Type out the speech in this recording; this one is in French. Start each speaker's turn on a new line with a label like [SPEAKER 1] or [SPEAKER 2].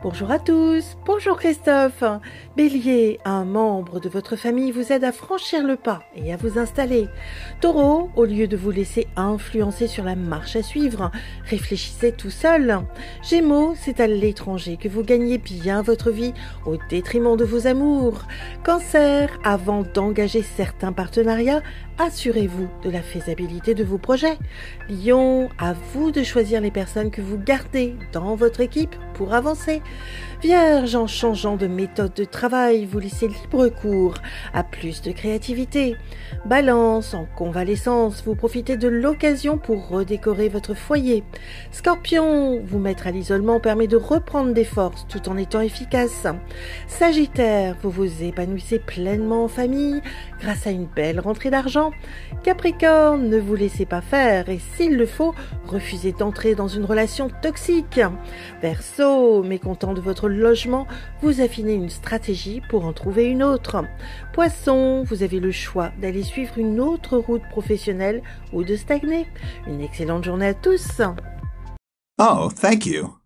[SPEAKER 1] Bonjour à tous, bonjour Christophe. Bélier, un membre de votre famille vous aide à franchir le pas et à vous installer. Taureau, au lieu de vous laisser influencer sur la marche à suivre, réfléchissez tout seul. Gémeaux, c'est à l'étranger que vous gagnez bien votre vie au détriment de vos amours. Cancer, avant d'engager certains partenariats, assurez-vous de la faisabilité de vos projets. Lion, à vous de choisir les personnes que vous gardez dans votre équipe pour avancer. Vierge, en changeant de méthode de travail, vous laissez libre cours à plus de créativité. Balance, en convalescence, vous profitez de l'occasion pour redécorer votre foyer. Scorpion, vous mettre à l'isolement permet de reprendre des forces tout en étant efficace. Sagittaire, vous vous épanouissez pleinement en famille grâce à une belle rentrée d'argent. Capricorne, ne vous laissez pas faire et s'il le faut, refusez d'entrer dans une relation toxique. Verseau, mécontent de votre logement, vous affinez une stratégie pour en trouver une autre. Poisson, vous avez le choix d'aller suivre une autre route professionnelle ou de stagner. Une excellente journée à tous.
[SPEAKER 2] Oh, thank you.